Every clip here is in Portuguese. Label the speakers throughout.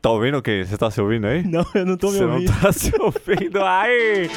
Speaker 1: Tá ouvindo o quê? Você tá se ouvindo aí?
Speaker 2: Não, eu não tô me
Speaker 1: Você não
Speaker 2: ouvindo.
Speaker 1: tá se ouvindo aí?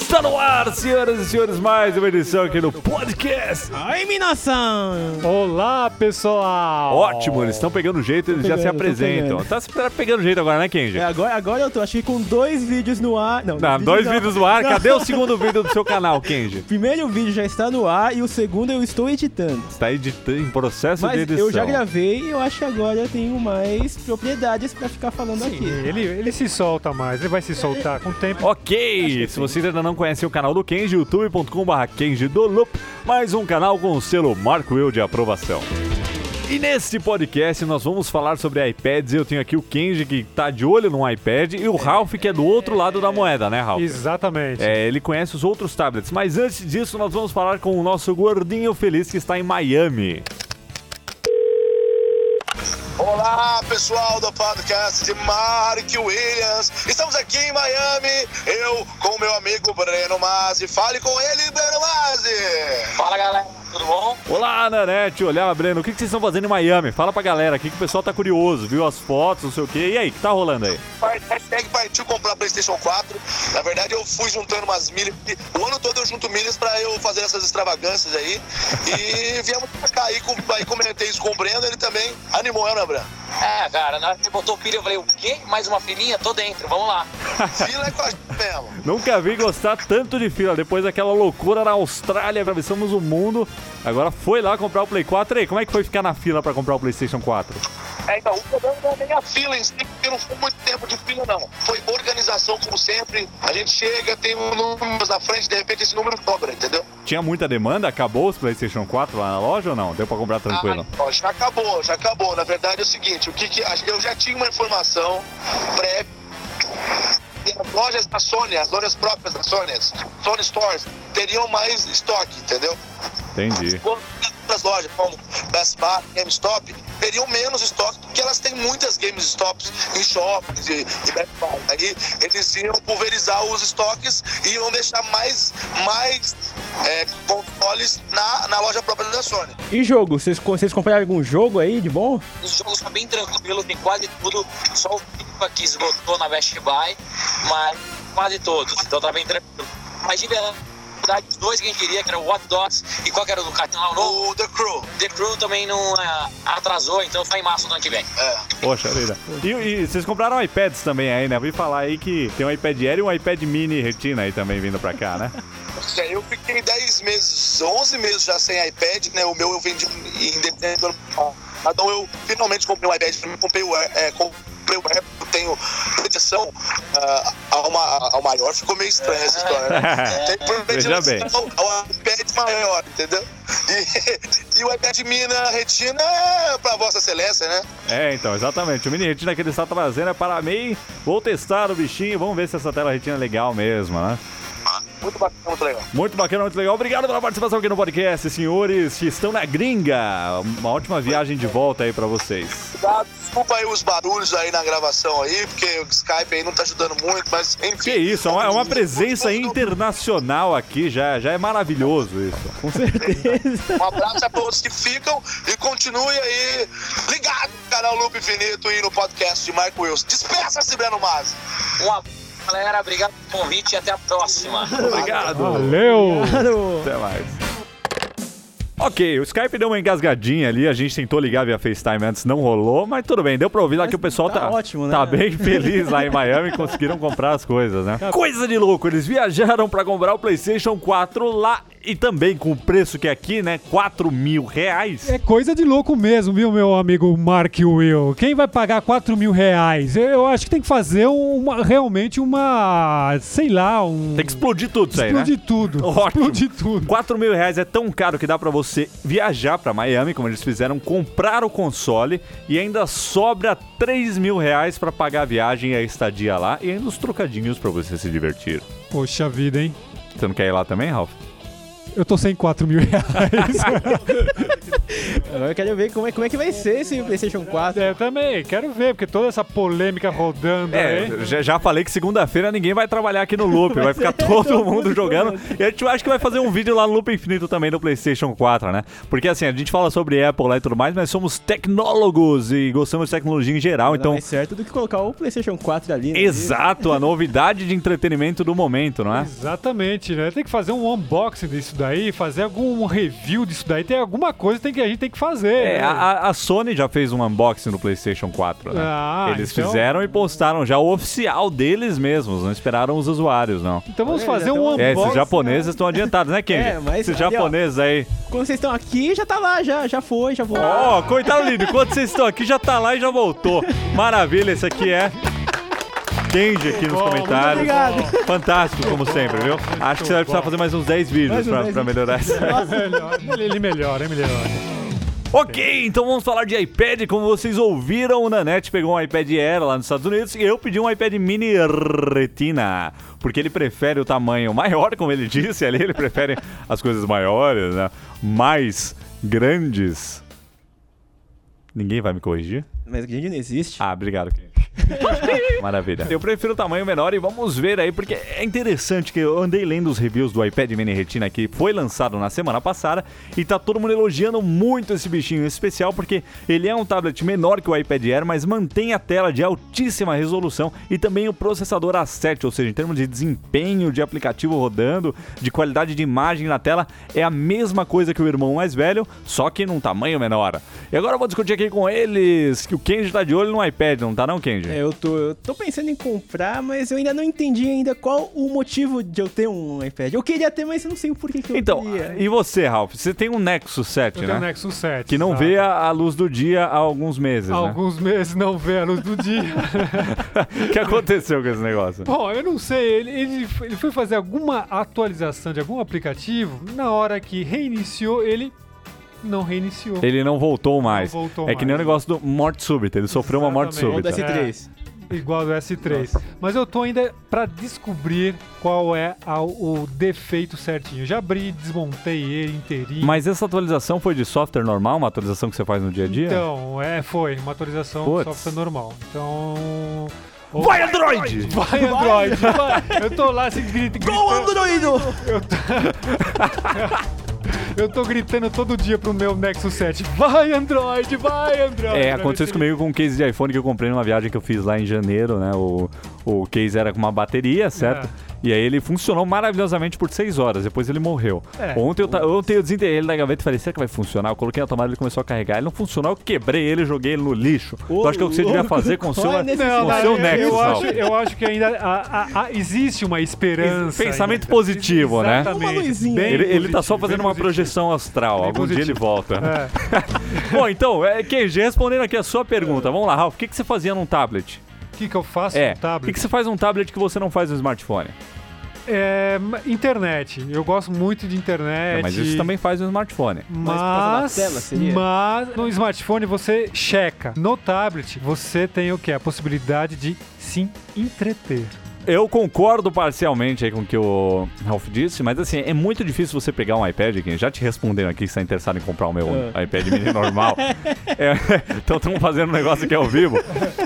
Speaker 1: Está no ar, senhoras e senhores, mais uma edição aqui no podcast.
Speaker 2: Ai, minação!
Speaker 3: Olá, pessoal!
Speaker 1: Ótimo, eles estão pegando jeito, eles já se
Speaker 2: pegando, tô
Speaker 1: apresentam.
Speaker 2: pegando.
Speaker 1: Tá se tá pegando jeito agora, né, Kenji?
Speaker 2: É, agora, agora eu tô, acho que com dois vídeos no ar. Não,
Speaker 1: Não, dois
Speaker 2: não.
Speaker 1: vídeos no ar,
Speaker 2: Não.
Speaker 1: cadê o segundo vídeo do seu canal, Kenji?
Speaker 2: O primeiro vídeo já está no ar e o segundo eu estou editando.
Speaker 1: Está Tá editando em processo de
Speaker 2: Mas
Speaker 1: edição.
Speaker 2: eu já gravei e eu acho que agora eu tenho mais propriedades pra ficar falando aqui.
Speaker 3: Ele, ele se solta mais, ele vai se soltar com o tempo.
Speaker 1: Ok, se vocês ainda não conhecem o canal do Kenji, youtube.com.br Kenji do Loop, mais um canal com o selo Mark Will de aprovação. E nesse podcast nós vamos falar sobre iPads. Eu tenho aqui o Kenji que tá de olho no iPad e o Ralph que é do outro lado da moeda, né, Ralph?
Speaker 3: Exatamente.
Speaker 1: É, ele conhece os outros tablets. Mas antes disso, nós vamos falar com o nosso gordinho feliz que está em Miami.
Speaker 4: Olá, pessoal do podcast de Mark Williams. Estamos aqui em Miami, eu com meu amigo Breno Mazzi. Fale com ele, Breno Mazzi.
Speaker 5: Fala galera, tudo bom?
Speaker 1: Olá, Nanete! Olá, Breno. O que, que vocês estão fazendo em Miami? Fala pra galera aqui que o pessoal tá curioso, viu as fotos, não sei o quê. E aí, o que tá rolando aí?
Speaker 4: Hashtag partiu comprar Playstation 4. Na verdade, eu fui juntando umas milhas. O ano todo eu junto milhas pra eu fazer essas extravagâncias aí. E viemos pra cá aí, com, aí comentei isso com o Breno, ele também animou, né, Breno?
Speaker 5: É, cara, na hora que você botou pilha, eu falei, o quê? Mais uma filhinha? Tô dentro, vamos lá.
Speaker 4: Fila é com a gente mesmo.
Speaker 1: Nunca vi gostar tanto de fila. Depois daquela loucura na Austrália, atravessamos o mundo. Agora foi lá comprar o Play 4. E aí, como é que foi ficar na fila pra comprar o PlayStation 4?
Speaker 4: É, então, o problema não é nem a fila em si, porque não foi muito tempo de fila, não. Foi organização, como sempre. A gente chega, tem um número na frente, de repente esse número sobra, entendeu?
Speaker 1: Tinha muita demanda? Acabou os PlayStation 4 lá na loja ou não? Deu pra comprar tranquilo?
Speaker 4: Ah, ó, já acabou, já acabou. Na verdade é o seguinte, o que que- eu já tinha uma informação prévia. E as lojas da Sony, as lojas próprias da Sony, as Sony Stores, teriam mais estoque, entendeu?
Speaker 1: Entendi.
Speaker 4: Outras lojas, como Best Buy, GameStop, teriam menos estoque, porque elas têm muitas GameStops em shoppings e, e Best Buy. Aí eles iam pulverizar os estoques e iam deixar mais, mais é, controles na, na loja própria da Sony.
Speaker 2: E jogo? Vocês, vocês compraram algum jogo aí de bom?
Speaker 5: Os jogos são bem tranquilos, tem quase tudo, só o FIFA que esgotou na Best Buy, mas quase todos, então tá bem tranquilo. Mas de verdade, os dois que a gente queria, que era o Watch Dogs e qual que era o do cartão lá, o novo,
Speaker 4: O The Crew.
Speaker 5: The Crew também não ah, atrasou, então só em março do ano que vem.
Speaker 4: É.
Speaker 1: Poxa vida. E, e vocês compraram iPads também aí, né? Eu Vi falar aí que tem um iPad Air e um iPad Mini Retina aí também vindo pra cá, né?
Speaker 4: É, Eu fiquei 10 meses, 11 meses já sem iPad, né? O meu eu vendi em dezembro do ano passado. Então eu finalmente comprei um iPad, pra mim, comprei o Air, é, comprei o Air, eu tenho proteção ah, ao, ma- ao maior. Ficou meio estranha essa história, né? Tem
Speaker 1: Veja bem.
Speaker 4: proteção ao iPad maior, entendeu? E, e o iPad Mina Retina é pra Vossa Excelência, né?
Speaker 1: É, então, exatamente. O mini retina que ele está trazendo é para mim. Vou testar o bichinho, vamos ver se essa tela retina é legal mesmo, né?
Speaker 4: Muito bacana, muito legal.
Speaker 1: Muito bacana, muito legal. Obrigado pela participação aqui no podcast, senhores que estão na gringa. Uma ótima viagem de volta aí para vocês.
Speaker 4: Obrigado. Desculpa aí os barulhos aí na gravação aí, porque o Skype aí não tá ajudando muito, mas enfim.
Speaker 1: Que isso, é uma, é uma presença internacional aqui, já, já é maravilhoso isso.
Speaker 2: Com certeza.
Speaker 4: Um abraço a todos que ficam e continue aí ligado no canal Loop Infinito e no podcast de Marco Wilson. Despeça-se, Breno Masi.
Speaker 5: Um abraço, galera, obrigado pelo convite e até a próxima.
Speaker 1: Obrigado.
Speaker 3: Valeu!
Speaker 2: Claro.
Speaker 1: Até mais. Ok, o Skype deu uma engasgadinha ali, a gente tentou ligar via FaceTime antes, não rolou, mas tudo bem, deu pra ouvir lá que o pessoal tá,
Speaker 2: tá ótimo, né?
Speaker 1: tá bem feliz lá em Miami, conseguiram comprar as coisas, né? Coisa de louco, eles viajaram pra comprar o PlayStation 4 lá e também com o preço que é aqui, né, 4 mil reais.
Speaker 3: É coisa de louco mesmo, viu, meu amigo Mark Will? Quem vai pagar 4 mil reais? Eu- Eu acho que tem que fazer um, uma, realmente uma. sei lá, um.
Speaker 1: Tem que explodir tudo isso aí, né?
Speaker 3: explodir tudo.
Speaker 1: Ótimo.
Speaker 3: Explodir tudo.
Speaker 1: 4 mil reais é tão caro que dá pra você viajar pra Miami, como eles fizeram, comprar o console e ainda sobra 3 mil reais pra pagar a viagem e a estadia lá e ainda os trocadinhos pra você se divertir.
Speaker 3: Poxa vida, hein?
Speaker 1: Você não quer ir lá também, Ralph?
Speaker 3: Eu tô sem 4 mil reais.
Speaker 2: Agora eu quero ver como é, como é que vai ser esse PlayStation 4.
Speaker 3: É, Eu também, quero ver, porque toda essa polêmica rodando
Speaker 1: É,
Speaker 3: aí.
Speaker 1: eu já, já falei que segunda-feira ninguém vai trabalhar aqui no Loop, vai
Speaker 3: É
Speaker 1: ficar todo mundo jogando. E a gente acho que vai fazer um vídeo lá no Loop Infinito também do PlayStation 4, né? Porque assim, a gente fala sobre Apple lá e tudo mais, mas somos tecnólogos e gostamos de tecnologia em geral,
Speaker 2: Então,
Speaker 1: então.
Speaker 2: mais certo do que colocar o PlayStation 4 ali. né?
Speaker 1: Exato, a novidade de entretenimento do momento, não é?
Speaker 3: Exatamente, né? Tem que fazer um unboxing disso daí, fazer algum review disso daí. Tem alguma coisa que tem que a gente tem que fazer.
Speaker 1: É,
Speaker 3: né?
Speaker 1: a, a- a Sony já fez um unboxing do PlayStation 4, né?
Speaker 3: Ah,
Speaker 1: Eles
Speaker 3: então-
Speaker 1: fizeram e postaram já o oficial deles mesmos, não esperaram os usuários, não.
Speaker 3: Então vamos
Speaker 2: Olha,
Speaker 3: fazer
Speaker 2: já
Speaker 3: um
Speaker 2: tem um-
Speaker 3: unboxing.
Speaker 1: É, esses japoneses estão adiantados, né, Kenji?
Speaker 2: É, mas
Speaker 1: esses
Speaker 2: ali, ó.
Speaker 1: japoneses aí.
Speaker 2: Quando vocês estão aqui, já tá lá, já, já foi, já voltou.
Speaker 1: Ó, coitado lindo, enquanto vocês estão aqui, já tá lá e já voltou. Maravilha, esse aqui é. Kenji aqui nos comentários.
Speaker 2: obrigado.
Speaker 1: Fantástico, como sempre, viu? Acho que você vai precisar fazer mais uns 10 vídeos
Speaker 2: Mais uns
Speaker 1: pra,
Speaker 2: 10
Speaker 1: pra melhorar essa.
Speaker 3: Ah, Melhor, ele, ele melhora, ele melhora.
Speaker 1: Ok, então vamos falar de iPad. Como vocês ouviram, o Nanete pegou um iPad Air lá nos Estados Unidos e eu pedi um iPad Mini Retina. Porque ele prefere o tamanho maior, como ele disse ali, ele prefere as coisas maiores, né? Mais grandes. Ninguém vai me corrigir?
Speaker 2: Mas que gente não existe.
Speaker 1: Ah, obrigado, Kenji. Maravilha. Eu prefiro o tamanho menor e vamos ver aí, porque é interessante que eu andei lendo os reviews do iPad Mini Retina que foi lançado na semana passada e tá todo mundo elogiando muito esse bichinho em especial porque ele é um tablet menor que o iPad Air, mas mantém a tela de altíssima resolução e também o processador A7, ou seja, em termos de desempenho de aplicativo rodando, de qualidade de imagem na tela, é a mesma coisa que o irmão mais velho, só que num tamanho menor. E agora eu vou discutir aqui com eles que o Kenji tá de olho no iPad, não tá não, Kenji?
Speaker 2: É, eu tô, eu tô pensando em comprar, mas eu ainda não entendi ainda qual o motivo de eu ter um iPad. Eu queria ter, mas eu não sei o porquê que eu
Speaker 1: Então,
Speaker 2: queria.
Speaker 1: e você, Ralph? Você tem um Nexus 7,
Speaker 3: é. Eu
Speaker 1: né?
Speaker 3: tenho o Nexus 7.
Speaker 1: Que não
Speaker 3: tá?
Speaker 1: vê a, a luz do dia há alguns meses,
Speaker 3: Alguns meses não vê a luz do dia.
Speaker 1: né? O que aconteceu com esse negócio?
Speaker 3: Bom, eu não sei, ele, ele, ele foi fazer alguma atualização de algum aplicativo, na hora que reiniciou, ele não reiniciou.
Speaker 1: Ele não voltou mais.
Speaker 3: voltou
Speaker 1: é que nem o
Speaker 3: mais.
Speaker 1: negócio do morte súbita. Ele sofreu uma morte
Speaker 3: Exatamente.
Speaker 2: Ou do
Speaker 1: súbita.
Speaker 2: S3.
Speaker 1: é.
Speaker 3: Igual do S3. Mas eu tô ainda pra descobrir qual é a- o defeito certinho. Já abri, desmontei ele inteirinho.
Speaker 1: Mas essa atualização foi de software normal? Uma atualização que você faz no dia a dia?
Speaker 3: Então, é, foi uma atualização
Speaker 1: Puts.
Speaker 3: do software normal. Então. ou-
Speaker 1: Vai, Android!
Speaker 3: Vai, Android! vai. Eu tô lá assim, grita,
Speaker 2: Ô,
Speaker 3: gritando.
Speaker 2: Androido!
Speaker 3: Eu tô gritando todo dia pro meu Nexus 7. Vai, Android! Vai, Android!
Speaker 1: É,
Speaker 3: Pra
Speaker 1: aconteceu
Speaker 3: ver
Speaker 1: isso
Speaker 3: se ele-
Speaker 1: comigo com um case de iPhone que eu comprei numa viagem que eu fiz lá em janeiro, né? O, o case era com uma bateria,
Speaker 3: É.
Speaker 1: certo? E aí ele funcionou maravilhosamente por 6 horas, depois ele morreu.
Speaker 3: É.
Speaker 1: Ontem, eu, ta- ontem eu desenterrei ele da gaveta e falei, será que vai funcionar? Eu coloquei na tomada, ele começou a carregar, ele não funcionou, eu quebrei ele, joguei ele no lixo. eu acho que é o que você devia
Speaker 2: louco,
Speaker 1: fazer com o seu...
Speaker 2: olha nesse
Speaker 1: com
Speaker 3: Não,
Speaker 1: o
Speaker 3: mas
Speaker 1: seu
Speaker 3: é eu,
Speaker 1: Nexus,
Speaker 3: eu, acho,
Speaker 1: Raul.
Speaker 3: eu acho que ainda a- a- a- existe uma esperança.
Speaker 1: Pensamento
Speaker 3: ainda.
Speaker 1: positivo, né?
Speaker 3: Exatamente.
Speaker 2: Uma luzinha.
Speaker 3: Bem
Speaker 1: Ele, ele tá
Speaker 3: positivo,
Speaker 1: só
Speaker 3: bem
Speaker 1: fazendo uma
Speaker 3: positivo.
Speaker 1: projeção astral,
Speaker 3: Bem
Speaker 1: algum dia ele
Speaker 3: positivo.
Speaker 1: volta.
Speaker 3: É.
Speaker 1: Bom, então, é, QG, respondendo aqui a sua pergunta, vamos lá, Ralf, o que, que você fazia num tablet?
Speaker 3: O que, que eu faço
Speaker 1: É,
Speaker 3: no
Speaker 1: o que,
Speaker 3: Um tablet?
Speaker 1: que você faz num tablet que você não faz no smartphone?
Speaker 3: É, ma- internet. Eu gosto muito de internet.
Speaker 1: É, mas isso também é faz no smartphone.
Speaker 2: por causa da
Speaker 3: Mas,
Speaker 2: tela, seria?
Speaker 3: mas no smartphone você checa. No tablet você tem o que? A possibilidade de se entreter.
Speaker 1: Eu concordo parcialmente aí com o que o Ralph disse, mas assim, é muito difícil você pegar um iPad, quem já te respondendo aqui que está interessado em comprar o meu iPad mini normal. É, então estamos fazendo um negócio aqui ao vivo.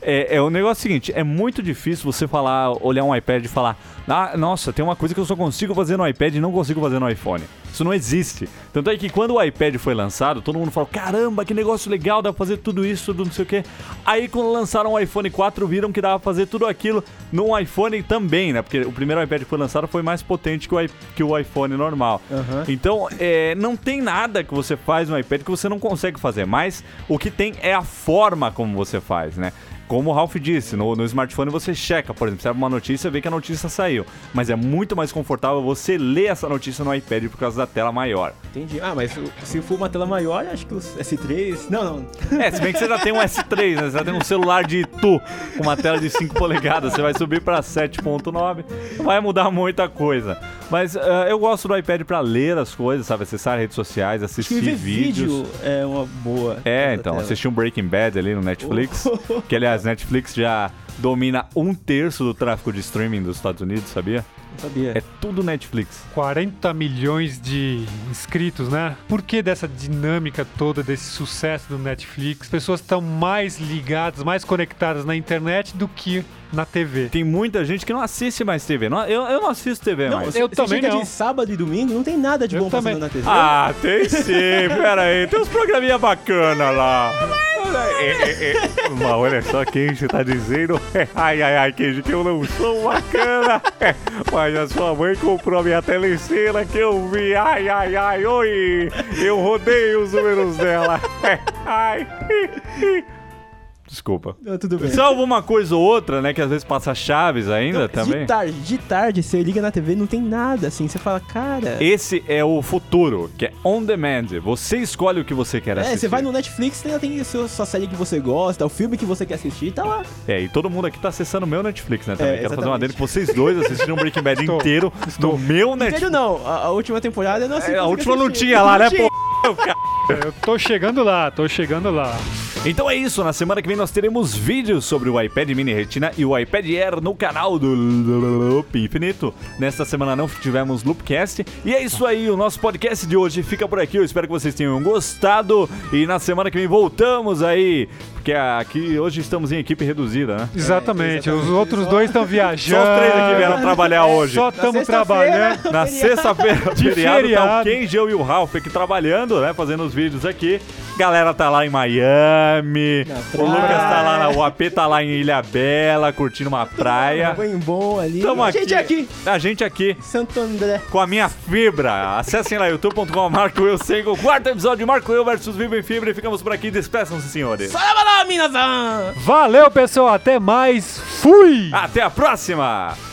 Speaker 1: É, é o negócio seguinte, é muito difícil você falar, olhar um iPad e falar, ah, nossa, tem uma coisa que eu só consigo fazer no iPad e não consigo fazer no iPhone. Isso não existe. Tanto é que quando o iPad foi lançado, todo mundo falou, caramba, que negócio legal, dá pra fazer tudo isso, tudo não sei o quê. Aí quando lançaram o iPhone 4, viram que dava pra fazer tudo aquilo num iPhone também, né? Porque o primeiro iPad que foi lançado foi mais potente que o, i- que o iPhone normal. Então, é, não tem nada que você faz no iPad que você não consegue fazer, mas o que tem é a forma como você faz, né? Como o Ralph disse, no, no smartphone você checa, por exemplo, você abre uma notícia e vê que a notícia saiu. Mas é muito mais confortável você ler essa notícia no iPad por causa da tela maior.
Speaker 2: Entendi. Ah, mas o- se for uma tela maior, acho que o S3. Não, não.
Speaker 1: É, se bem que você já tem um S3, né? Você já tem um celular de Itu com uma tela de 5 polegadas. Você vai subir pra 7.9, não vai mudar muita coisa. Mas ah, eu gosto do iPad pra ler as coisas, sabe? Acessar redes sociais,
Speaker 2: Acho
Speaker 1: assistir
Speaker 2: que ver
Speaker 1: vídeos.
Speaker 2: vídeo é uma boa.
Speaker 1: É,
Speaker 2: essa
Speaker 1: então,
Speaker 2: tela. Oh.
Speaker 1: assisti um Breaking Bad ali no Netflix. Que, aliás, Netflix já domina um terço do tráfego de streaming dos Estados Unidos, sabia?
Speaker 2: Não sabia.
Speaker 1: É tudo Netflix.
Speaker 3: 40 milhões de inscritos, né? Por que dessa dinâmica toda, desse sucesso do Netflix? As pessoas estão mais ligadas, mais conectadas na internet do que na TV.
Speaker 1: Tem muita gente que não assiste mais TV. Não- eu, eu não assisto TV mais.
Speaker 3: eu
Speaker 2: você
Speaker 3: também
Speaker 2: chega
Speaker 3: não.
Speaker 2: de sábado e domingo, não tem nada de
Speaker 3: Eu
Speaker 2: bom
Speaker 3: também.
Speaker 2: passando na TV.
Speaker 1: Ah, tem sim, pera aí. Tem uns programinha bacana lá. É, é, é. Mas olha só quem você tá dizendo. Ai, ai, ai, Kenji, que eu não sou bacana. Mas a sua mãe comprou a minha telecena que eu vi. Ai, ai, ai, oi. Eu rodei os números dela. Ai. Desculpa.
Speaker 2: Ah, Tudo bem.
Speaker 1: Salvo uma coisa ou outra, né? Que às vezes passa chaves ainda também.
Speaker 2: De tarde, de tarde, você liga na TV, não tem nada, assim. Você fala, cara...
Speaker 1: Esse é o futuro, que é on demand. Você escolhe o que você quer assistir.
Speaker 2: É, você vai no Netflix, ainda tem a sua, sua série que você gosta, o filme que você quer assistir, tá lá.
Speaker 1: É, e todo mundo aqui tá acessando o meu Netflix, né? Também.
Speaker 2: É,
Speaker 1: Quero fazer uma
Speaker 2: exatamente.
Speaker 1: dele que vocês dois assistiram o Breaking Bad
Speaker 3: Estou,
Speaker 1: inteiro no meu
Speaker 2: Velho,
Speaker 1: Netflix.
Speaker 2: não, a, a última temporada eu não assisti.
Speaker 1: É, a
Speaker 2: eu
Speaker 1: última não
Speaker 2: assisti.
Speaker 1: tinha lá, né,
Speaker 2: Não tinha.
Speaker 1: pô? Meu cara.
Speaker 3: Eu tô chegando lá, tô chegando lá.
Speaker 1: Então é isso, na semana que vem nós teremos vídeos sobre o iPad Mini Retina e o iPad Air no canal do Loop Infinito. Nesta semana não tivemos Loopcast. E é isso aí, o nosso podcast de hoje fica por aqui. Eu espero que vocês tenham gostado. E na semana que vem voltamos aí, porque aqui hoje estamos em equipe reduzida, né?
Speaker 3: Exatamente. Os
Speaker 2: exatamente.
Speaker 3: outros dois estão viajando.
Speaker 1: Só os três aqui vieram trabalhar hoje.
Speaker 3: Só estamos
Speaker 2: sexta-feira.
Speaker 3: trabalhando.
Speaker 1: Na sexta-feira,
Speaker 3: De
Speaker 1: feriado, tá o
Speaker 3: feriado.
Speaker 1: Kenji eu e o Ralph aqui trabalhando, né? Fazendo os vídeos aqui. Galera tá lá em Miami.
Speaker 2: Na
Speaker 1: O
Speaker 2: praia.
Speaker 1: Lucas tá lá na UAP, tá lá em Ilha Bela, curtindo uma
Speaker 2: Um
Speaker 1: praia.
Speaker 2: banho bom ali.
Speaker 1: Tamo
Speaker 2: a
Speaker 1: aqui.
Speaker 2: gente é aqui,
Speaker 1: A gente aqui.
Speaker 2: Santo André.
Speaker 1: Com a minha fibra. Acessem lá youtube.com Marco Eu sei o quarto episódio de Marco Eu versus Vivo em Fibra. E ficamos por aqui. Despeçam-se, senhores.
Speaker 2: Fala, lá, Minas!
Speaker 3: Valeu, pessoal. Até mais. Fui!
Speaker 1: Até a próxima!